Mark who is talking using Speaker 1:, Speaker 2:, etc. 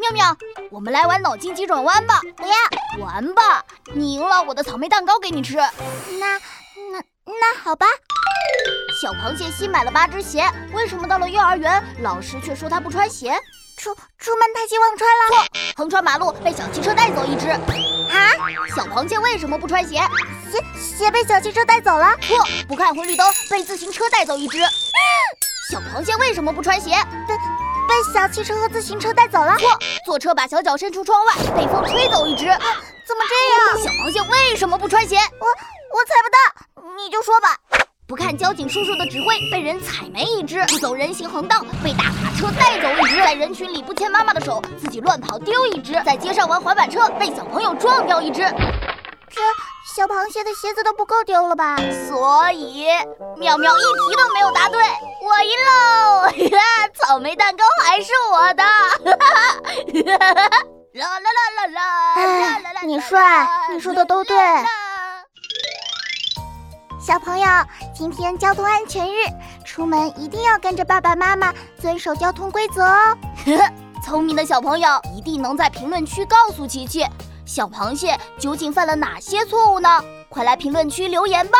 Speaker 1: 妙妙，我们来玩脑筋急转弯吧！哎
Speaker 2: 不要，
Speaker 1: 玩吧，你赢了，我的草莓蛋糕给你吃。
Speaker 2: 那那那好吧。
Speaker 1: 小螃蟹新买了八只鞋，为什么到了幼儿园，老师却说他不穿鞋？
Speaker 2: 出出门太急忘穿了。
Speaker 1: 错，横穿马路被小汽车带走一只。
Speaker 2: 啊，
Speaker 1: 小螃蟹为什么不穿鞋？
Speaker 2: 鞋鞋被小汽车带走了。
Speaker 1: 错，不看红绿灯被自行车带走 一只。小螃蟹为什么不穿鞋？
Speaker 2: 被被小汽车和自行车带走了。
Speaker 1: 错，坐车把小脚伸出窗外，被风吹走一只。啊、
Speaker 2: 怎么这
Speaker 1: 样？小螃蟹为什么不穿鞋？
Speaker 2: 哦我我猜不到，你就说吧。
Speaker 1: 不看交警叔叔的指挥，被人踩没一只；不走人行横道，被大卡车带走一只；在人群里不牵妈妈的手，自己乱跑丢一只；在街上玩滑板车，被小朋友撞掉一只。
Speaker 2: 这小螃蟹的鞋子都不够丢了吧？
Speaker 1: 所以妙妙一题都没有答对，我赢喽！草莓蛋糕还是我的。啦啦啦啦啦！
Speaker 2: 哎，你帅，你说的都对。小朋友，今天交通安全日，出门一定要跟着爸爸妈妈遵守交通规则哦。
Speaker 1: 聪明的小朋友一定能在评论区告诉琪琪，小螃蟹究竟犯了哪些错误呢？快来评论区留言吧。